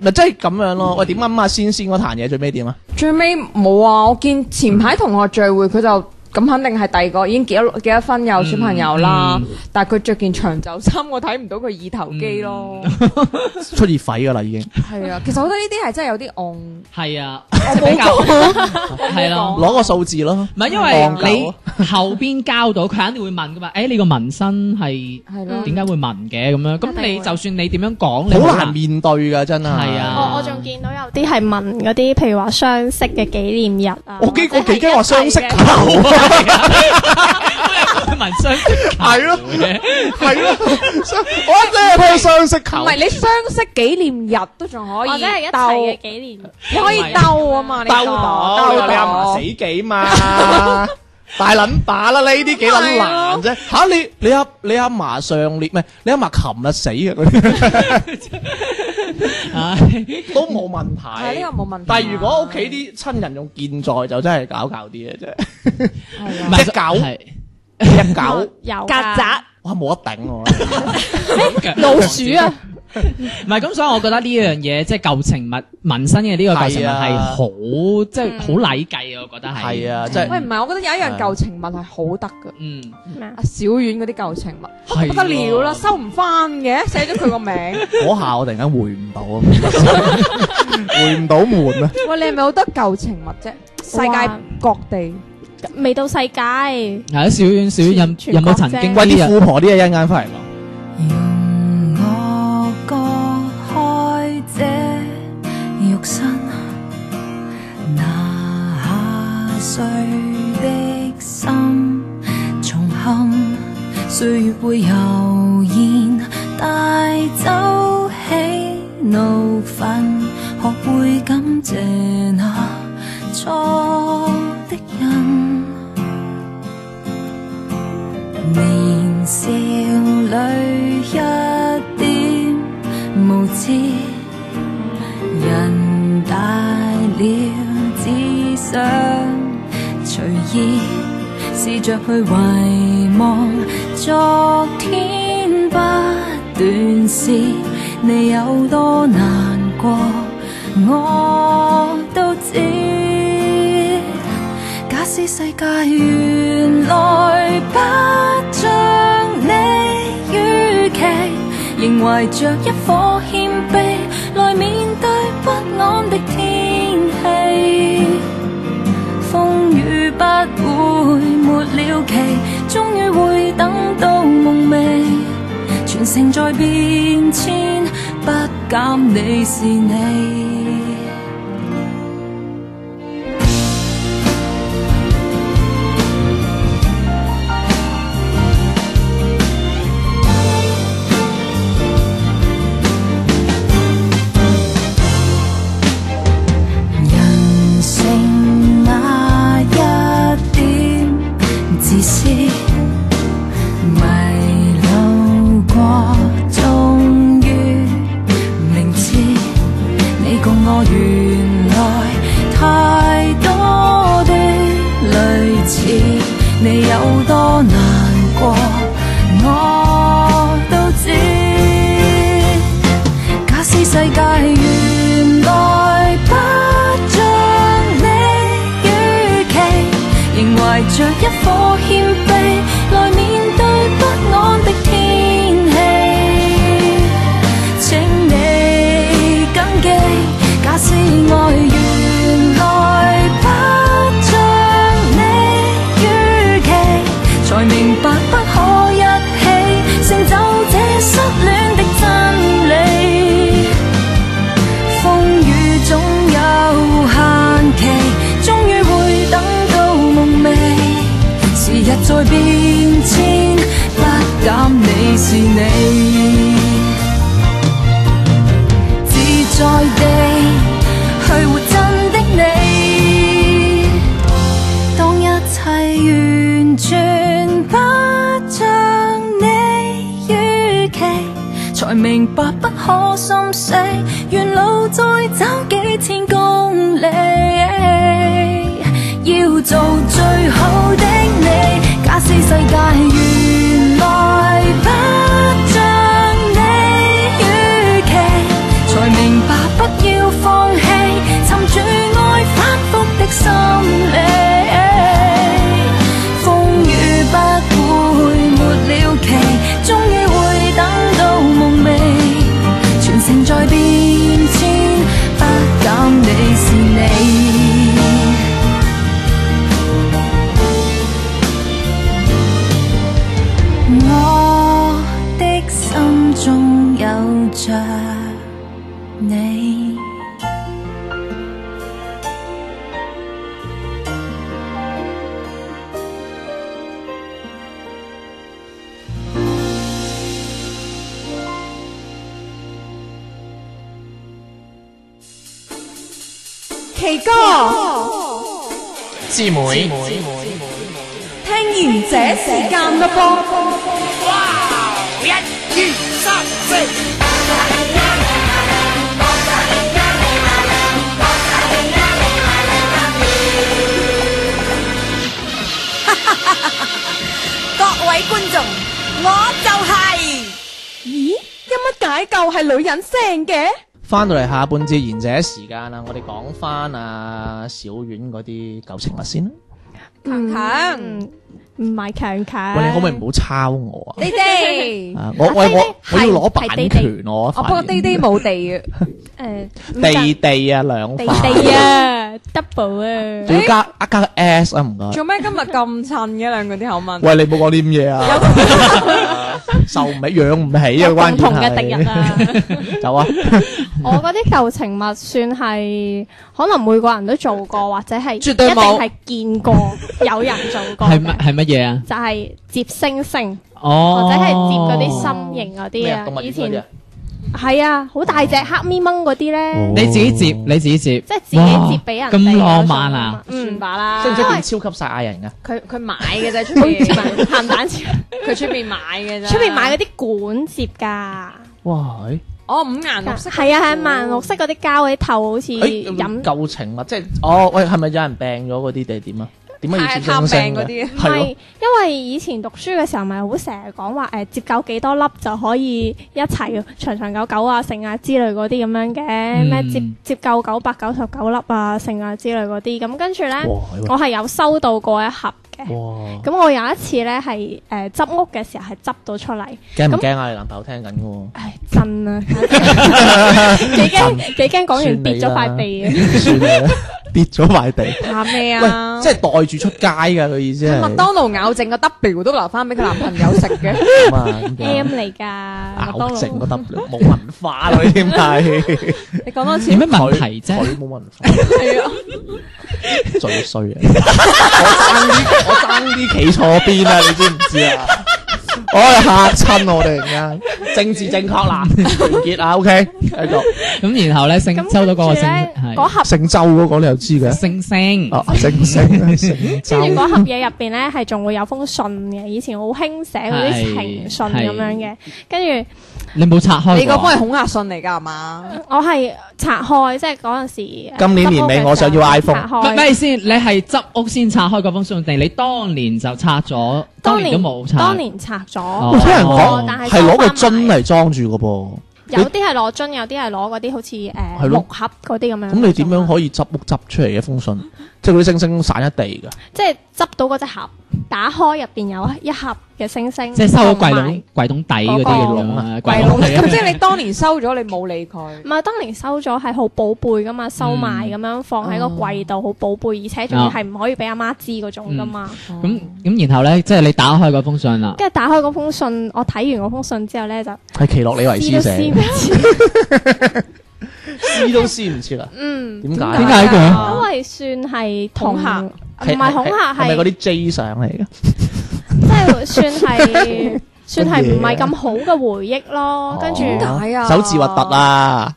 [SPEAKER 1] 咪即係咁樣咯。喂，點諗啊？先先嗰壇嘢最尾點啊？
[SPEAKER 3] 最尾冇啊！我見前排同學聚會，佢就咁肯定係第二個已經結咗結咗婚有小朋友啦。
[SPEAKER 2] 嗯
[SPEAKER 3] 但係佢着件長袖衫，我睇唔到佢二頭肌咯。
[SPEAKER 1] 出熱痱㗎啦已經。
[SPEAKER 3] 係、啊，其實我覺得呢啲係真係有啲戇。
[SPEAKER 2] 係啊，
[SPEAKER 3] 我
[SPEAKER 2] 比
[SPEAKER 3] 冇
[SPEAKER 2] 較
[SPEAKER 3] 講，
[SPEAKER 2] 係咯
[SPEAKER 1] 攞個數字咯。
[SPEAKER 2] 唔係因為你後邊交到，佢肯定會問噶嘛。誒，你個紋身係
[SPEAKER 3] 係咯
[SPEAKER 2] 點解會紋嘅咁樣？咁
[SPEAKER 4] 一定
[SPEAKER 2] 你
[SPEAKER 4] 會
[SPEAKER 2] 就算你點樣講，你
[SPEAKER 1] 好 難面對㗎，真係。
[SPEAKER 2] 係啊
[SPEAKER 4] 我我仲見到有啲係問嗰啲，譬如話相識嘅紀念日啊，
[SPEAKER 1] 我幾我
[SPEAKER 4] 或者係
[SPEAKER 1] 幾驚話相識
[SPEAKER 4] 一齊
[SPEAKER 1] 球
[SPEAKER 4] 嘅
[SPEAKER 1] 啊，
[SPEAKER 2] 紋身
[SPEAKER 1] 係咯
[SPEAKER 2] 嘅。
[SPEAKER 1] 係咯，相我一聽就聽到相識球
[SPEAKER 3] 唔。係你相識紀念日都仲可以
[SPEAKER 4] 或者係一齊
[SPEAKER 3] 鬥
[SPEAKER 4] 嘅，紀念日，
[SPEAKER 3] 你可以鬥啊嘛！你鬥鬥
[SPEAKER 1] 你阿嫲死幾嘛？ 大撚把啦，呢啲幾撚
[SPEAKER 3] 啊
[SPEAKER 1] 難啫吓你你阿你阿嫲上年唔係你阿嫲琴日死 嘅嗰啲都冇問
[SPEAKER 3] 係啊呢
[SPEAKER 1] 題。
[SPEAKER 3] 個冇問題。
[SPEAKER 1] 但係如果屋企啲親人用健在就真係搞搞啲 嘅啫，
[SPEAKER 3] 係
[SPEAKER 2] 唔
[SPEAKER 3] 啊
[SPEAKER 2] 係
[SPEAKER 1] 隻狗
[SPEAKER 2] 係
[SPEAKER 1] 只狗
[SPEAKER 4] 有啊㗎
[SPEAKER 3] 曱甴，
[SPEAKER 1] 哇冇得頂我，
[SPEAKER 3] 老鼠啊！
[SPEAKER 2] 唔係咁，所以我覺得呢樣嘢即係舊情物紋身嘅呢個舊情物
[SPEAKER 1] 係
[SPEAKER 2] 係
[SPEAKER 1] 啊
[SPEAKER 2] 好即係好禮計啊！我覺得係
[SPEAKER 1] 係啊，即 係
[SPEAKER 3] 喂，唔係，我覺得有一樣舊情物係好得㗎。
[SPEAKER 2] 嗯
[SPEAKER 4] 咩啊
[SPEAKER 3] 阿小丸嗰啲舊情物，
[SPEAKER 2] 係啊
[SPEAKER 3] 不得了啦，
[SPEAKER 2] 喎
[SPEAKER 3] 收唔翻嘅，寫咗佢個 名。
[SPEAKER 1] 嗰下我突然間回唔到 啊，回唔到門啊！
[SPEAKER 3] 喂，你係咪好多舊情物啫？世界各地
[SPEAKER 4] 未到世界。
[SPEAKER 2] 係啊，小丸小丸有
[SPEAKER 4] 全
[SPEAKER 2] 有冇曾經
[SPEAKER 4] 全
[SPEAKER 1] 喂，
[SPEAKER 2] 呢
[SPEAKER 1] 啲
[SPEAKER 2] 日？
[SPEAKER 1] 富婆啲嘢一陣間翻嚟講。
[SPEAKER 5] 用我割開這肉身，拿下碎的心重鏗，歲月會悠然帶走喜怒憤，學會感謝那錯的人。年少裏一點無知，人大了只想隨意，試着去遺忘昨天不斷試，你有多難過，我都知。假使世界原來不像你預期，仍懷着一顆謙卑來面對不安的天氣。風雨不會沒了期，終於會等到夢寐。全城在變遷，不減你是你。人性那一點自私，迷路過，終於明知你共我原來太多的類似，你有多難過，我都知。假使世界原來不像你預期，仍懷着一顆謙卑來面對不安的天氣。請你謹記，假使愛原來不像你預期。明白不可一起，成就這失戀的真理。風雨總有限期，終於會等到夢寐。時日在變遷，不減你是你，自在地去活真的你。當一切完全不像你預期，才明白不可心死，沿路再走幾千公里，要做最好的你。假使世界原來不像你預期，才明白不要放棄，沉住愛反覆的心理。風雨不會沒了期，終於會等到夢寐。全城在變遷，不減你是你。我的心中有着你。
[SPEAKER 3] 奇哥，
[SPEAKER 1] 姊妹，
[SPEAKER 3] 聽完這時間啦噃。
[SPEAKER 6] 各位观众，我就系、
[SPEAKER 3] 咦，有乜解救係女人聲嘅？
[SPEAKER 1] 翻到嚟下半節賢者時間啦，我哋講翻啊小丸嗰啲舊情物先啦。
[SPEAKER 3] 強強，
[SPEAKER 4] 嗯，唔係強強。
[SPEAKER 1] 喂，你可唔可以唔好抄我啊？
[SPEAKER 3] 滴滴，
[SPEAKER 1] 啊我喂我我要攞
[SPEAKER 4] 係地
[SPEAKER 1] 版
[SPEAKER 4] 地
[SPEAKER 1] 權
[SPEAKER 4] 哦
[SPEAKER 1] 我
[SPEAKER 3] 我
[SPEAKER 1] 發
[SPEAKER 3] 不過
[SPEAKER 1] 現
[SPEAKER 3] 滴滴冇地嘅，
[SPEAKER 4] 誒唔得
[SPEAKER 1] 地地啊兩
[SPEAKER 4] 地
[SPEAKER 1] 塊，
[SPEAKER 4] 地啊，double 啊，
[SPEAKER 1] 仲要加啊加個 S 啊唔該。
[SPEAKER 3] 做咩今日咁襯嘅兩個啲口吻？
[SPEAKER 1] 喂，你唔好講啲咁嘢啊！ 受唔起，養唔起啊！
[SPEAKER 4] 有
[SPEAKER 1] 關鍵
[SPEAKER 4] 共同嘅敵人
[SPEAKER 1] 係
[SPEAKER 4] 啊！
[SPEAKER 1] 走啊！
[SPEAKER 4] 我嗰啲舊情物算係可能每個人都做過，或者係一
[SPEAKER 1] 絕
[SPEAKER 4] 定
[SPEAKER 1] 對冇
[SPEAKER 4] 係見過有人做過
[SPEAKER 2] 係
[SPEAKER 4] 嘅，
[SPEAKER 2] 乜係乜嘢啊？
[SPEAKER 4] 就係接星星
[SPEAKER 2] 哦，
[SPEAKER 4] 或者係接嗰啲心形嗰啲
[SPEAKER 1] 動
[SPEAKER 4] 啊。
[SPEAKER 1] 物
[SPEAKER 4] 以
[SPEAKER 1] 園嗰啲
[SPEAKER 4] 前
[SPEAKER 1] 啊嗯
[SPEAKER 4] 係啊，好大隻黑咪掹嗰啲咧，
[SPEAKER 2] 你自己接，你自己接，
[SPEAKER 4] 即係自己接俾人哋嗰種
[SPEAKER 2] 哇咁浪漫啊！
[SPEAKER 4] 嗯
[SPEAKER 3] 算，吧啦，
[SPEAKER 1] 識唔識變超級殺亞人噶？
[SPEAKER 3] 佢佢買嘅啫，出
[SPEAKER 4] 好
[SPEAKER 3] 邊
[SPEAKER 4] 鹹蛋超
[SPEAKER 3] 佢出邊買嘅啫，
[SPEAKER 4] 出邊買嗰啲管接㗎。
[SPEAKER 1] 哇！哎係
[SPEAKER 3] 哦五顏六色，
[SPEAKER 4] 係啊係啊，萬綠色嗰啲膠嗰啲透好似
[SPEAKER 1] 哦誒
[SPEAKER 4] 飲
[SPEAKER 1] 舊哎情物，即係哦喂，係咪有人病咗嗰啲定係點啊？點解要接星
[SPEAKER 3] 係
[SPEAKER 1] 星
[SPEAKER 3] 啊探
[SPEAKER 1] 嘅
[SPEAKER 3] 病嗰啲？
[SPEAKER 4] 唔
[SPEAKER 1] 係咯，
[SPEAKER 4] 係因為以前讀書嘅時候，咪好成日講話誒接夠幾多粒就可以一齊長長久久啊、剩啊之類嗰啲咁樣嘅，咩、接接夠九百九十九粒啊、剩啊之類嗰啲。咁跟住呢，
[SPEAKER 1] 哇係喎
[SPEAKER 4] 我係有收到過一盒嘅。
[SPEAKER 1] 哇！
[SPEAKER 4] 咁我有一次呢，係誒執屋嘅時候係執到出嚟，
[SPEAKER 1] 驚唔驚啊？你男朋友聽緊嘅喎。
[SPEAKER 4] 唉震啊！幾驚幾驚講完跌咗 塊地啊！
[SPEAKER 1] 算啦，跌咗塊地。
[SPEAKER 3] 怕咩
[SPEAKER 1] 喂
[SPEAKER 3] 啊，？
[SPEAKER 1] 即係袋住出街㗎，佢意思係。
[SPEAKER 3] 麥當勞咬剩個 W 都留翻俾佢男朋友食嘅，
[SPEAKER 1] 咁啊咁
[SPEAKER 4] M
[SPEAKER 1] 樣
[SPEAKER 4] 嚟㗎，麥當
[SPEAKER 1] 咬剩
[SPEAKER 4] 勞
[SPEAKER 1] 個 W，冇文化咯，添 係。
[SPEAKER 3] 你講多次
[SPEAKER 2] 有咩問題啫？
[SPEAKER 1] 佢冇文化，
[SPEAKER 3] 係啊，
[SPEAKER 1] 最衰 啊！我爭啲，我爭啲企錯邊啊！你知唔知啊？我係嚇親我突然間，政治正確啦，團結啊！OK，繼續。
[SPEAKER 2] 咁然後咧，星
[SPEAKER 4] 咁
[SPEAKER 2] 收到嗰個
[SPEAKER 4] 跟住
[SPEAKER 2] 星
[SPEAKER 4] 咧嗰
[SPEAKER 2] 係
[SPEAKER 4] 盒。
[SPEAKER 1] 姓周嗰個你又知嘅？
[SPEAKER 2] 星星，
[SPEAKER 1] 啊，姓姓啊， 姓周
[SPEAKER 4] 跟。住嗰盒嘢入邊咧，係仲會有封信嘅。以前好興寫嗰啲情信咁樣嘅。跟住
[SPEAKER 2] 你冇拆開
[SPEAKER 3] 你嗰
[SPEAKER 2] 過
[SPEAKER 3] 封
[SPEAKER 2] 啊
[SPEAKER 3] 係恐嚇信嚟㗎係嘛？
[SPEAKER 4] 我係拆開，即係嗰陣時。
[SPEAKER 1] 今年年尾我想要 iPhone
[SPEAKER 4] 拆
[SPEAKER 2] 唔係
[SPEAKER 4] 開。
[SPEAKER 2] 咪先？你係執屋先拆開嗰封信定你當年就拆咗？當年都冇拆。
[SPEAKER 4] 當年拆咗，
[SPEAKER 1] 我聽人
[SPEAKER 2] 哦
[SPEAKER 1] 講
[SPEAKER 4] 但
[SPEAKER 1] 係攞個
[SPEAKER 4] 裝
[SPEAKER 1] 樽
[SPEAKER 4] 返埋
[SPEAKER 1] 嚟裝住嘅噃，
[SPEAKER 4] 有啲係攞樽，有啲係攞嗰啲好似
[SPEAKER 1] 係咯
[SPEAKER 4] 誒木盒嗰啲咁樣。
[SPEAKER 1] 嗯咁你點樣可以執屋執出嚟嘅封信？即係嗰啲星星散一地㗎，
[SPEAKER 4] 即係執到嗰隻盒，打開入邊有一盒嘅星星，
[SPEAKER 2] 即係收咗櫃
[SPEAKER 4] 同埋
[SPEAKER 2] 籠櫃桶底嗰啲嘅
[SPEAKER 1] 嗰個
[SPEAKER 2] 啊，
[SPEAKER 3] 櫃
[SPEAKER 2] 櫃
[SPEAKER 3] 佬
[SPEAKER 2] 籠係啊
[SPEAKER 3] 咁即係你當年收咗，你冇理佢
[SPEAKER 4] 唔。係，當年收咗係好寶貝噶嘛，收埋咁樣放喺
[SPEAKER 2] 嗯
[SPEAKER 4] 個櫃度，好寶貝，而且
[SPEAKER 2] 哦
[SPEAKER 4] 仲要係唔可以俾阿媽知嗰種噶
[SPEAKER 2] 嗯
[SPEAKER 4] 嘛。
[SPEAKER 2] 咁咁然後咧，即係你打開嗰封信啦，
[SPEAKER 4] 跟住打開嗰封信，我睇完嗰封信之後咧就
[SPEAKER 1] 係奇洛李維
[SPEAKER 4] 知都
[SPEAKER 1] 斯
[SPEAKER 4] 撕
[SPEAKER 1] 寫
[SPEAKER 4] 唔， 切，
[SPEAKER 1] 撕都撕唔切啊！
[SPEAKER 4] 嗯，
[SPEAKER 1] 點解
[SPEAKER 2] 點解嘅？
[SPEAKER 4] 因為算係同
[SPEAKER 3] 恐嚇
[SPEAKER 4] 唔係恐嚇
[SPEAKER 1] 係咪嗰
[SPEAKER 4] 係
[SPEAKER 1] 啲 J 相嚟嘅？
[SPEAKER 4] 即係算係算係
[SPEAKER 1] 乜
[SPEAKER 4] 唔係
[SPEAKER 1] 嘢啊
[SPEAKER 4] 咁好嘅回憶
[SPEAKER 1] 哦
[SPEAKER 4] 咯。跟住
[SPEAKER 3] 點解啊
[SPEAKER 1] 手指核突啊！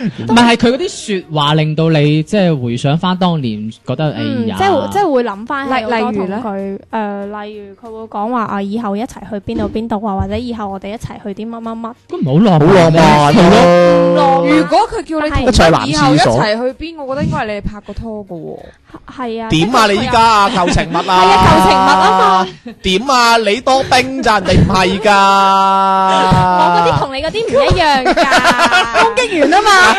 [SPEAKER 2] 唔係係佢嗰啲説話令到你即係回想翻當年，覺得哎
[SPEAKER 4] 嗯，
[SPEAKER 2] 呀，
[SPEAKER 4] 即係即係會諗翻
[SPEAKER 3] 例例如呢
[SPEAKER 4] 佢誒，例如佢會講話啊，以後一齊去邊度邊度啊，或者以後我哋一齊去啲乜乜乜。
[SPEAKER 2] 咁唔好浪
[SPEAKER 1] 好
[SPEAKER 2] 漫咩，
[SPEAKER 1] 浪漫啊
[SPEAKER 2] 係咯。
[SPEAKER 1] 咯，
[SPEAKER 3] 如果佢叫你同
[SPEAKER 1] 一齊去男
[SPEAKER 3] 以後一
[SPEAKER 1] 廁所
[SPEAKER 3] 齊去邊，我覺得應該係你哋拍過拖噶喎。
[SPEAKER 4] 係啊，
[SPEAKER 1] 點啊？你依家啊，舊情物啊，
[SPEAKER 3] 係啊
[SPEAKER 1] 舊情物啊嘛。點啊？你當兵咋？人哋唔係㗎。
[SPEAKER 4] 我嗰啲同你嗰啲唔一樣㗎。攻擊完啊嘛，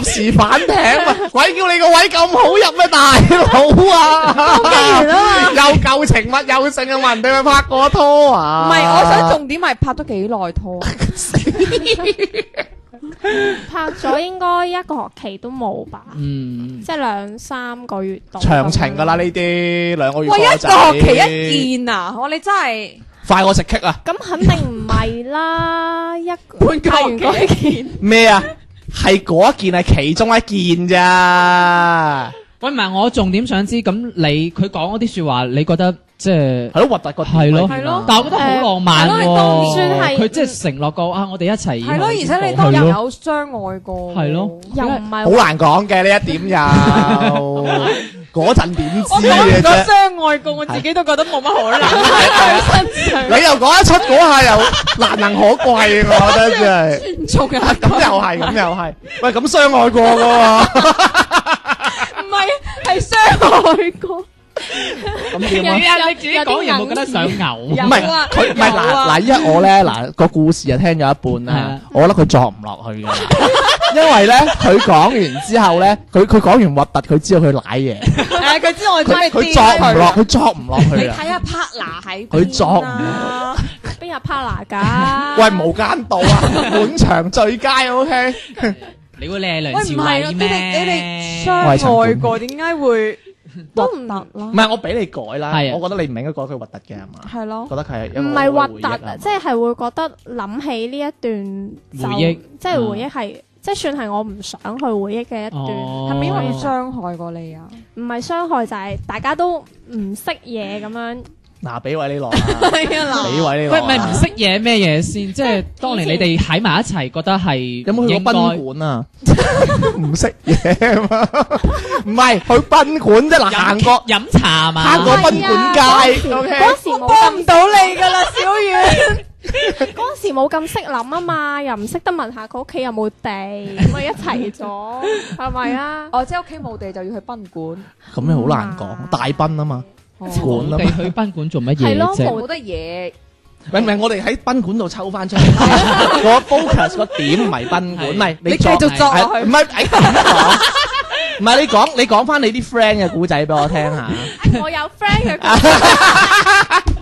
[SPEAKER 1] 及時反艇啊！鬼叫你個位咁好入咩大佬啊！又舊情物又剩啊，話人哋去拍過拖
[SPEAKER 3] 唔
[SPEAKER 1] 啊！
[SPEAKER 3] 係，我想重點係拍咗幾耐拖，
[SPEAKER 4] 拍咗應該一個學期都冇吧，
[SPEAKER 2] 嗯，
[SPEAKER 4] 即係兩三個月度。
[SPEAKER 1] 長情㗎啦，。呢啲兩個月
[SPEAKER 3] 喂，
[SPEAKER 1] 過
[SPEAKER 3] 一
[SPEAKER 1] 仔
[SPEAKER 3] 個學期一件啊！我哋真係
[SPEAKER 1] 快我食棘啊！
[SPEAKER 4] 咁肯定唔係啦，一
[SPEAKER 3] 半個
[SPEAKER 4] 拍完嗰
[SPEAKER 3] 學期一件。
[SPEAKER 1] 咩啊？係嗰一件係其中一件咋？
[SPEAKER 2] 喂，唔係我重點想知，咁你佢講嗰啲説話，你覺得即係？
[SPEAKER 1] 係咯，核突個點
[SPEAKER 2] 係咯，
[SPEAKER 1] 喺邊啊
[SPEAKER 2] 但我覺得好浪漫
[SPEAKER 3] 係咯你
[SPEAKER 2] 喎。
[SPEAKER 4] 當然算係
[SPEAKER 2] 佢即係承諾過啊，我哋一齊以後
[SPEAKER 3] 係咯，而且你
[SPEAKER 2] 先
[SPEAKER 3] 當人
[SPEAKER 2] 做
[SPEAKER 3] 有相愛過，
[SPEAKER 2] 係咯
[SPEAKER 4] 又唔係
[SPEAKER 1] 好難講嘅呢一點又嗰陣點知
[SPEAKER 3] 我講
[SPEAKER 1] 嘅
[SPEAKER 3] 完個
[SPEAKER 1] 啫？
[SPEAKER 3] 相愛過，我自己都覺得冇乜可 能喺佢身上。
[SPEAKER 1] 你又講得出嗰下又難能可貴，我覺得真係。啊
[SPEAKER 3] 仲有
[SPEAKER 1] 咁又係，咁又係。喂，咁相愛過噶喎，
[SPEAKER 3] 唔係啊係相愛過，
[SPEAKER 1] 咁點
[SPEAKER 2] 有
[SPEAKER 1] 啊？
[SPEAKER 2] 啊，你自己講嘢冇覺得想
[SPEAKER 3] 有
[SPEAKER 2] 嘔？
[SPEAKER 1] 唔係佢唔係嗱
[SPEAKER 3] 有啊
[SPEAKER 1] 嗱，依家我咧嗱個故事就聽咗一半
[SPEAKER 2] 係
[SPEAKER 1] 啦
[SPEAKER 2] 啊，
[SPEAKER 1] 我覺得佢作唔落去嘅，因為咧佢講完之後咧，佢佢講完核突，佢知道佢舐嘢，
[SPEAKER 3] 誒啊佢知我真係
[SPEAKER 1] 佢佢
[SPEAKER 3] 癲啊
[SPEAKER 1] 作唔落，
[SPEAKER 3] 啦
[SPEAKER 1] 佢作唔落
[SPEAKER 3] 你
[SPEAKER 1] 去啊！
[SPEAKER 3] 睇下 partner 喺
[SPEAKER 1] 佢作唔
[SPEAKER 3] 邊啊？
[SPEAKER 4] 邊有 partner 㗎？
[SPEAKER 1] 喂，無間道啊，本場最佳 OK。
[SPEAKER 2] 你會靚
[SPEAKER 3] 喂
[SPEAKER 2] 梁朝
[SPEAKER 3] 唔係啊，
[SPEAKER 2] 偉
[SPEAKER 3] 你
[SPEAKER 2] 咩？
[SPEAKER 3] 哋你哋
[SPEAKER 1] 我係陳
[SPEAKER 3] 相愛
[SPEAKER 1] 冠
[SPEAKER 3] 過，點解會
[SPEAKER 4] 都唔得啦
[SPEAKER 1] 唔。係我哦俾你改啦，
[SPEAKER 2] 係啊
[SPEAKER 1] 我覺得你唔應該改佢核突嘅係嘛？
[SPEAKER 3] 係咯？
[SPEAKER 1] 覺得佢係一個
[SPEAKER 4] 唔係核
[SPEAKER 1] 好嘅
[SPEAKER 4] 突
[SPEAKER 1] 回憶
[SPEAKER 4] 啊，
[SPEAKER 1] 啊
[SPEAKER 4] 即係會覺得諗起呢一段就
[SPEAKER 2] 回憶
[SPEAKER 4] 即
[SPEAKER 1] 嗯
[SPEAKER 4] 係回憶係，即係算係我唔想去回憶嘅一段，
[SPEAKER 2] 哦
[SPEAKER 3] 係咪因為佢傷害過你啊？
[SPEAKER 4] 唔係傷害就係大家都唔識嘢咁樣。
[SPEAKER 1] 嗱，俾位你 落啊，
[SPEAKER 3] 係啊
[SPEAKER 1] 俾位你落
[SPEAKER 2] 喂，唔係唔
[SPEAKER 1] 啊。
[SPEAKER 2] 識嘢咩嘢先？即係當年你哋喺埋一齊，覺得係
[SPEAKER 1] 有冇去
[SPEAKER 2] 應
[SPEAKER 1] 過
[SPEAKER 2] 該
[SPEAKER 1] 賓館啊？唔識嘢啊嘛，唔係去賓館啫，嗱啊行過
[SPEAKER 2] 飲茶嘛？
[SPEAKER 1] 行過賓館街，OK。
[SPEAKER 4] 啊嗰時
[SPEAKER 3] 我幫
[SPEAKER 4] 冇
[SPEAKER 3] 唔
[SPEAKER 4] 咁
[SPEAKER 3] 到你㗎啦，小遠。
[SPEAKER 4] 嗰時冇咁識諗啊嘛，又唔識得問下佢屋企有冇地，咪一齊咗 係咪啊？
[SPEAKER 3] 哦，即係屋企冇地就要去賓館，
[SPEAKER 1] 咁樣好難講，大賓啊嘛，
[SPEAKER 4] 哦
[SPEAKER 2] 我
[SPEAKER 1] 館啊
[SPEAKER 2] 哋
[SPEAKER 1] 嘛，
[SPEAKER 2] 去賓館做乜
[SPEAKER 4] 係
[SPEAKER 2] 嘢
[SPEAKER 4] 咯
[SPEAKER 2] 啫？
[SPEAKER 3] 冇得嘢。
[SPEAKER 1] 明唔明？我哋喺賓館度抽翻出 嚟，我 focus 個點唔係賓館，
[SPEAKER 2] 係
[SPEAKER 1] 唔係
[SPEAKER 3] 你繼
[SPEAKER 1] 作
[SPEAKER 3] 續作
[SPEAKER 1] 係
[SPEAKER 3] 落
[SPEAKER 1] 唔
[SPEAKER 3] 去。
[SPEAKER 1] 係哎咁講，唔係你講你講翻你啲 friend 嘅故仔俾我聽下。
[SPEAKER 4] 我有 friend 嘅，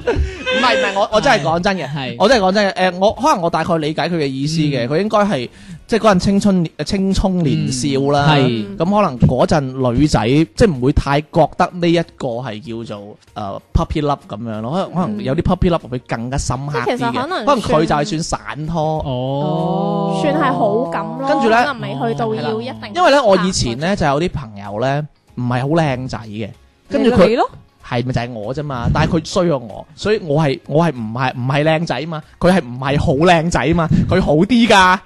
[SPEAKER 1] 唔係唔係，我我真係講真嘅
[SPEAKER 2] 係，
[SPEAKER 1] 我真係講真嘅。誒、我可能我大概理解佢嘅意思嘅，
[SPEAKER 2] 嗯
[SPEAKER 1] 佢、應該係即係嗰陣青春誒青葱年少啦。
[SPEAKER 2] 嗯
[SPEAKER 1] 咁、
[SPEAKER 2] 係
[SPEAKER 1] 可能嗰陣女仔即係唔會太覺得呢一個係叫做誒、呃 puppy love 咁樣咯。可能可能有啲 puppy love 會更加深刻啲
[SPEAKER 4] 即係其實
[SPEAKER 1] 嘅。
[SPEAKER 4] 可能
[SPEAKER 1] 可能佢
[SPEAKER 4] 算
[SPEAKER 1] 就係算散拖。
[SPEAKER 2] 哦，
[SPEAKER 4] 算係好感咯，
[SPEAKER 1] 跟住呢
[SPEAKER 4] 可能未去到要一定。
[SPEAKER 1] 因為咧，我以前咧就有啲朋友咧唔係好靚仔嘅，跟住
[SPEAKER 3] 你就
[SPEAKER 1] 佢
[SPEAKER 3] 你咯，
[SPEAKER 1] 係咪就係我啫嘛？但係佢衰過我，所以我係我係唔係唔係靚仔嘛？佢係唔係好靚仔嘛？佢好啲噶，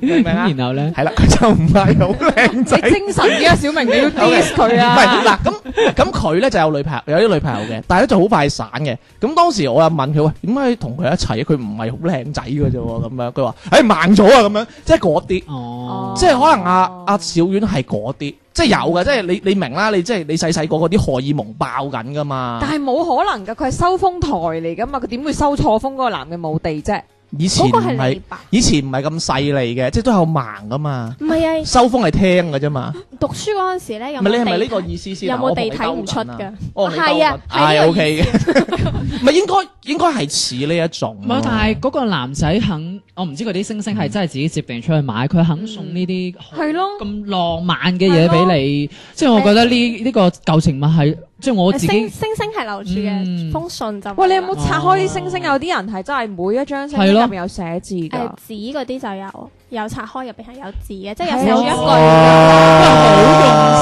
[SPEAKER 1] 明唔明啊
[SPEAKER 2] 咁？然後咧，
[SPEAKER 1] 係啦，佢就唔係好靚仔
[SPEAKER 3] 你。精神啲啊，小 明，你 要 diss 佢
[SPEAKER 1] 唔
[SPEAKER 3] 啊。
[SPEAKER 1] 係嗱，咁咁佢咧就有女朋友，有啲女朋友嘅，但係咧就好快散嘅。咁當時我又問佢喂，點解同佢一齊？佢唔係好靚仔嘅啫喎，咁樣佢話：，誒盲咗啊，咁樣，即係嗰啲。
[SPEAKER 2] 哦，
[SPEAKER 1] 即係可能阿阿小丸係嗰啲，即係有嘅，即係你你明啦，你即係你細細個嗰啲荷爾蒙爆緊噶嘛
[SPEAKER 3] 但。係冇可能㗎，佢係收風台嚟㗎嘛，佢點會收錯風嗰個男嘅冇地啫？
[SPEAKER 1] 以前
[SPEAKER 4] 嗰
[SPEAKER 1] 唔
[SPEAKER 4] 個係
[SPEAKER 1] 係
[SPEAKER 4] 李白，
[SPEAKER 1] 以前唔係咁細利嘅，即係都有盲噶嘛。
[SPEAKER 4] 唔係啊！
[SPEAKER 1] 收風係聽嘅啫嘛，
[SPEAKER 4] 讀書嗰陣時咧，有
[SPEAKER 1] 唔係
[SPEAKER 4] 冇
[SPEAKER 1] 你係咪呢
[SPEAKER 4] 地
[SPEAKER 1] 個
[SPEAKER 4] 睇？
[SPEAKER 1] 意思先？啊
[SPEAKER 4] 有冇地
[SPEAKER 1] 睇
[SPEAKER 4] 睇唔出㗎？
[SPEAKER 1] 哦，
[SPEAKER 4] 係啊係
[SPEAKER 1] 係
[SPEAKER 4] 呢
[SPEAKER 1] O
[SPEAKER 4] 個
[SPEAKER 1] K 嘅，唔係應該應該係似呢一種
[SPEAKER 2] 唔
[SPEAKER 1] 咯
[SPEAKER 2] 係，。但係嗰個男仔肯，我唔知佢啲星星係真係自己接定出去買，佢肯送呢啲
[SPEAKER 3] 係咯
[SPEAKER 2] 咁浪漫嘅嘢俾你，即係我覺得呢呢個舊情物係，即係我自
[SPEAKER 4] 星
[SPEAKER 2] 己
[SPEAKER 4] 星星係留住
[SPEAKER 2] 嗯
[SPEAKER 4] 嘅，封信就
[SPEAKER 3] 喂，你有冇拆開啲星星？
[SPEAKER 2] 哦
[SPEAKER 3] 有啲人係真係每一張星
[SPEAKER 2] 係
[SPEAKER 3] 星
[SPEAKER 2] 咯
[SPEAKER 3] 入面有寫字
[SPEAKER 4] 誒
[SPEAKER 3] 㗎。
[SPEAKER 4] 紙嗰啲就有，有拆開入邊係有字嘅，即係
[SPEAKER 3] 係
[SPEAKER 4] 有寫住一
[SPEAKER 2] 哦
[SPEAKER 4] 句。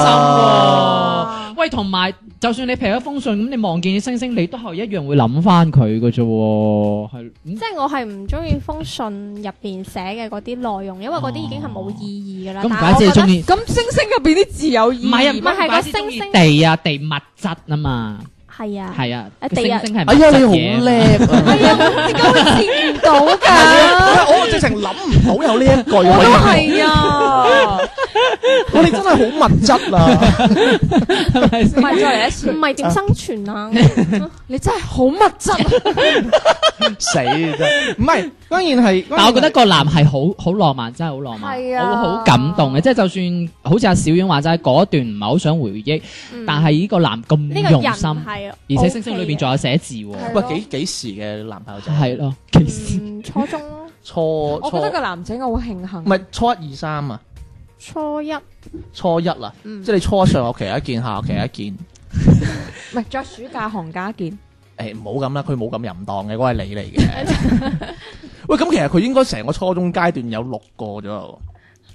[SPEAKER 2] 好用心喎。喂，同埋就算你劈咗封信，咁你望見啲星星，你都係一樣會諗翻佢嘅啫喎，係嗯
[SPEAKER 4] 即係我係唔中意封信入邊寫嘅嗰啲內容，因為嗰啲已經係冇意義㗎啦。
[SPEAKER 2] 咁唔
[SPEAKER 4] 但
[SPEAKER 2] 怪
[SPEAKER 4] 係
[SPEAKER 2] 之
[SPEAKER 4] 我
[SPEAKER 2] 你
[SPEAKER 4] 覺得
[SPEAKER 2] 中意，
[SPEAKER 3] 咁星星入邊啲字有意
[SPEAKER 2] 唔係啊，唔
[SPEAKER 3] 義
[SPEAKER 4] 係
[SPEAKER 2] 係怪
[SPEAKER 4] 係個
[SPEAKER 2] 之中意
[SPEAKER 4] 星星
[SPEAKER 2] 地啊，地物質啊嘛，
[SPEAKER 4] 係啊，
[SPEAKER 2] 係啊，
[SPEAKER 4] 啊
[SPEAKER 2] 個
[SPEAKER 4] 地
[SPEAKER 2] 星
[SPEAKER 4] 啊
[SPEAKER 2] 星係
[SPEAKER 1] 哎
[SPEAKER 2] 物
[SPEAKER 1] 呀，
[SPEAKER 2] 質
[SPEAKER 1] 你好
[SPEAKER 2] 嘢啊嘛
[SPEAKER 1] 叻啊！
[SPEAKER 3] 點解會見唔到 㗎？
[SPEAKER 4] 啊
[SPEAKER 1] 我我直情諗唔到有呢一句，我
[SPEAKER 3] 我都係啊，
[SPEAKER 1] 我哋真係好物質啊！
[SPEAKER 2] 係咪先
[SPEAKER 3] 唔係再嚟一次
[SPEAKER 4] 唔，係點生存啊？
[SPEAKER 3] 你真係好物質啊。
[SPEAKER 1] 死真係，唔係關鍵係，
[SPEAKER 2] 但我覺得個男係好好浪漫，真係好浪漫，
[SPEAKER 3] 係啊
[SPEAKER 2] 我會好感動嘅。即係就算好似阿小婉話齋，嗰段唔係好想回憶，
[SPEAKER 4] 嗯
[SPEAKER 2] 但係呢個男
[SPEAKER 4] 呢
[SPEAKER 2] 咁
[SPEAKER 4] 個
[SPEAKER 2] 用
[SPEAKER 4] 人
[SPEAKER 2] 心，
[SPEAKER 4] 係，啊
[SPEAKER 2] 而且星星裏邊仲有寫字喎，
[SPEAKER 3] 係
[SPEAKER 1] 喂幾幾時嘅男朋友仔？
[SPEAKER 2] 係咯，其實
[SPEAKER 4] 嗯初中咯
[SPEAKER 1] 初
[SPEAKER 3] 我
[SPEAKER 1] 初
[SPEAKER 3] 覺得個
[SPEAKER 1] 唔
[SPEAKER 3] 男仔我好慶幸。
[SPEAKER 1] 係初一二三啊，
[SPEAKER 4] 初一
[SPEAKER 1] 初一啊，
[SPEAKER 4] 嗯
[SPEAKER 1] 即係你初上學期一件，下學期一件。
[SPEAKER 3] 唔係着暑假行家見，
[SPEAKER 1] 誒唔好咁啦，佢冇咁淫蕩嘅，嗰係你嚟嘅。喂，咁其實佢應該成個初中階段有六個左右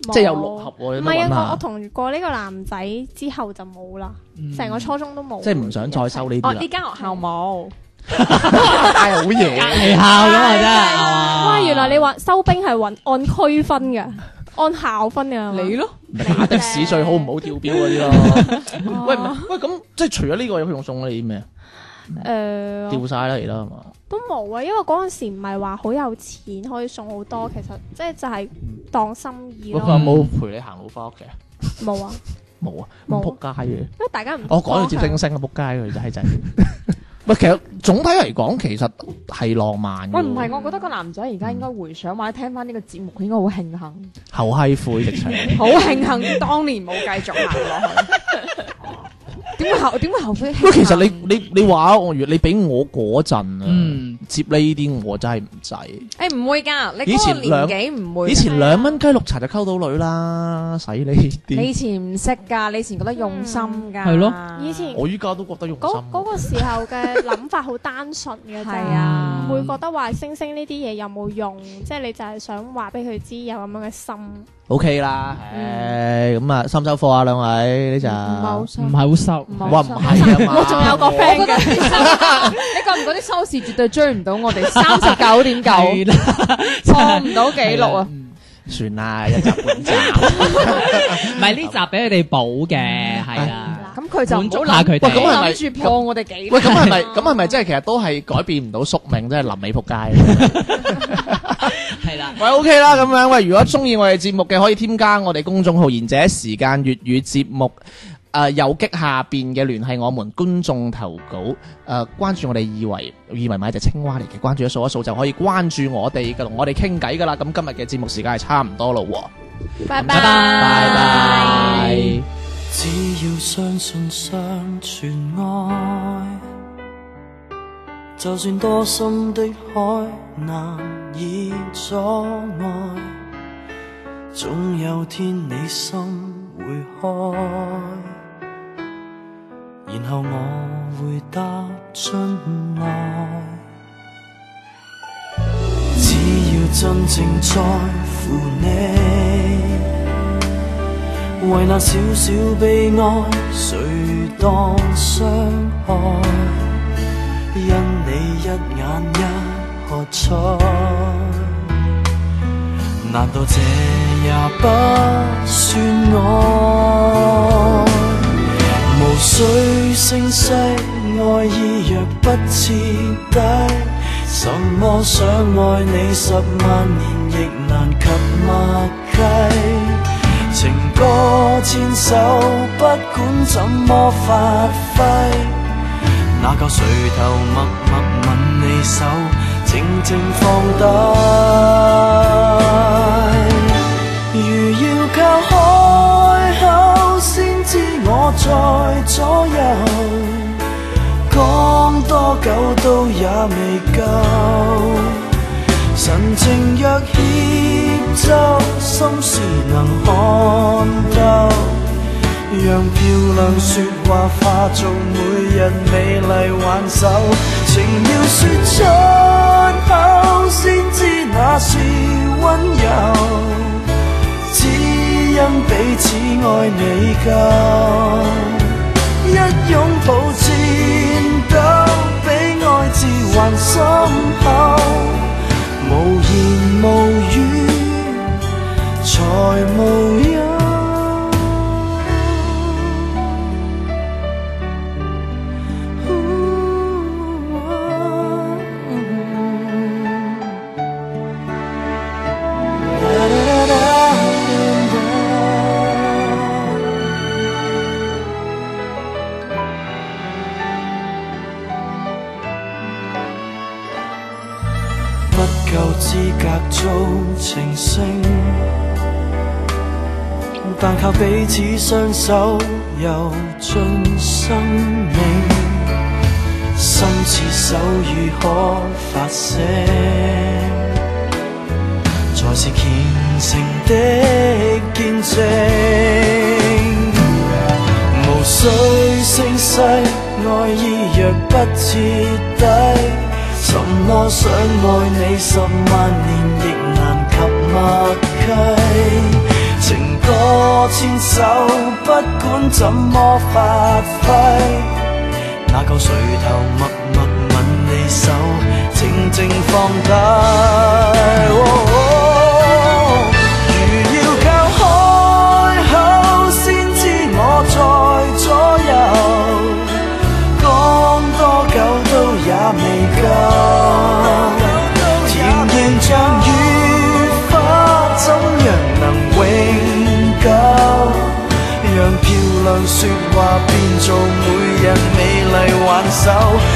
[SPEAKER 1] 喎，即係有六合喎，
[SPEAKER 4] 唔
[SPEAKER 1] 你都
[SPEAKER 4] 係
[SPEAKER 1] 揾
[SPEAKER 4] 啊，我我
[SPEAKER 1] 下，
[SPEAKER 4] 同過呢個男仔之後就冇啦，成個初中都冇。
[SPEAKER 1] 即係唔想再收呢
[SPEAKER 3] 哦
[SPEAKER 1] 啲
[SPEAKER 3] 呢
[SPEAKER 1] 啦。
[SPEAKER 3] 間學校冇，
[SPEAKER 1] 太好嘢
[SPEAKER 2] 隔離校咁啊，真係係嘛
[SPEAKER 4] 哇！原來你話收兵係揾按區分嘅， 按校分嘅。
[SPEAKER 3] 你咯，
[SPEAKER 1] 咪打的士最好唔好跳錶嗰啲咯。喂唔係喂，咁即係除咗呢個，佢仲送你啲咩？
[SPEAKER 4] 誒
[SPEAKER 1] 掉晒啦，而家係嘛？
[SPEAKER 4] 都冇啊，因為嗰陣時唔係話好有錢可以送好
[SPEAKER 1] 嗯
[SPEAKER 4] 多，其實即係就係當心意
[SPEAKER 1] 喂佢
[SPEAKER 4] 咯
[SPEAKER 1] 有。冇陪你行路翻屋企啊？
[SPEAKER 4] 冇啊，
[SPEAKER 1] 冇啊，
[SPEAKER 4] 冇
[SPEAKER 1] 咁撲街嘅。
[SPEAKER 4] 因為大家唔
[SPEAKER 1] 我講到接
[SPEAKER 4] 方向
[SPEAKER 1] 星星啊，撲街佢就係真係。喂，其實總體嚟講，其實係浪漫嘅喎。
[SPEAKER 3] 喂唔係，我覺得個男仔而家應該回想或者聽翻呢個節目，佢應該好慶幸，
[SPEAKER 1] 後閪悔直 情。
[SPEAKER 3] 好慶幸當年冇繼續行落去。 點會後點會後悔？
[SPEAKER 1] 喂，其實你你你話我，如你俾我嗰陣啊，
[SPEAKER 2] 嗯
[SPEAKER 1] 接呢啲我真係唔制。
[SPEAKER 3] 誒唔會㗎，你
[SPEAKER 1] 以
[SPEAKER 3] 嗰
[SPEAKER 1] 前
[SPEAKER 3] 個
[SPEAKER 1] 兩
[SPEAKER 3] 年紀唔會㗎。
[SPEAKER 1] 以前兩蚊雞綠茶就溝到女啦，使呢
[SPEAKER 3] 你以
[SPEAKER 1] 啲。
[SPEAKER 3] 前唔識㗎，你以前覺得用心㗎。
[SPEAKER 2] 係咯
[SPEAKER 4] 以前
[SPEAKER 1] 我依家都覺得用
[SPEAKER 4] 嗰
[SPEAKER 1] 心。
[SPEAKER 4] 嗰個時候嘅諗法好單純 嘅
[SPEAKER 3] 係
[SPEAKER 4] 啫。
[SPEAKER 3] 啊，
[SPEAKER 4] 會覺得話星星呢啲嘢有冇用，即係你就係想話俾佢知有咁樣嘅心。
[SPEAKER 1] O K 啦，誒咁啊，收唔收貨啊，兩位呢就。
[SPEAKER 3] 嗯唔係好收
[SPEAKER 2] 唔。係好收。
[SPEAKER 3] 唔
[SPEAKER 1] 哇，唔係啊嘛。
[SPEAKER 4] 我仲有個 friend
[SPEAKER 3] 我覺得
[SPEAKER 4] 嘅，
[SPEAKER 3] 啲收你覺唔覺得啲收視絕對追唔到我哋三十九點九，
[SPEAKER 2] 係啦，
[SPEAKER 3] 破唔到紀錄啊！
[SPEAKER 1] 算啦，一集半 集。
[SPEAKER 2] 唔係呢集俾佢哋補嘅，係啦。
[SPEAKER 3] 咁佢就唔好
[SPEAKER 2] 滿足下佢
[SPEAKER 3] 諗，
[SPEAKER 2] 哋
[SPEAKER 1] 喂咁係咪
[SPEAKER 3] 諗住破我哋紀
[SPEAKER 1] 喂，
[SPEAKER 3] 錄。
[SPEAKER 1] 咁係咪咁係咪真係其實都係改變唔到宿命，真係臨尾撲街。
[SPEAKER 2] 係啦，
[SPEAKER 1] 喂，OK 啦，咁樣喂，如果中意我哋節目嘅，可以添加我哋公眾號賢者時間粵語節目。誒、右擊下邊嘅聯繫我們觀眾投稿，誒、關注我哋二維二維碼一隻青蛙嚟嘅，關注咗掃一掃就可以關注我哋嘅，同我哋傾偈噶啦。咁今日嘅節目時間係差唔多咯喎，
[SPEAKER 3] 拜
[SPEAKER 2] 拜
[SPEAKER 1] 拜
[SPEAKER 2] 拜。
[SPEAKER 1] 拜。
[SPEAKER 7] 只要相信相傳愛，就算多深的海難以阻礙，總有天你心會開，然後我會踏進來。只要真正在乎你。為那少少悲哀，誰當傷害？因你一眼一喝彩，難道這也不算愛？無需聲勢，愛意若不徹底，什麼想愛你十萬年亦難及默契。情歌千首，不管怎麼發揮，那個垂頭默默吻你手，靜靜靜放低。如要靠開口先知我在左右，講多久都也未夠。神情若協奏，心事能看透。讓漂亮説話化做每日美麗挽手，情要説出口，先知那是温柔。只因彼此愛未夠，一擁抱戰鬥，比愛字還深厚。無言無語，才無憂。不夠資格做情聖，但靠彼此雙手遊盡生命，心似手語可發聲，才是虔誠的見證。無需聲勢，愛意若不徹底，什麼想愛你十萬年亦難及默契。情歌千首，不管怎麼發揮，那嚿垂頭默默吻你手，靜靜放低。哦如要靠開口先知我在左右，講多久都也未夠。甜言像雨花，怎樣能永久？讓漂亮説話變做每日美麗挽手。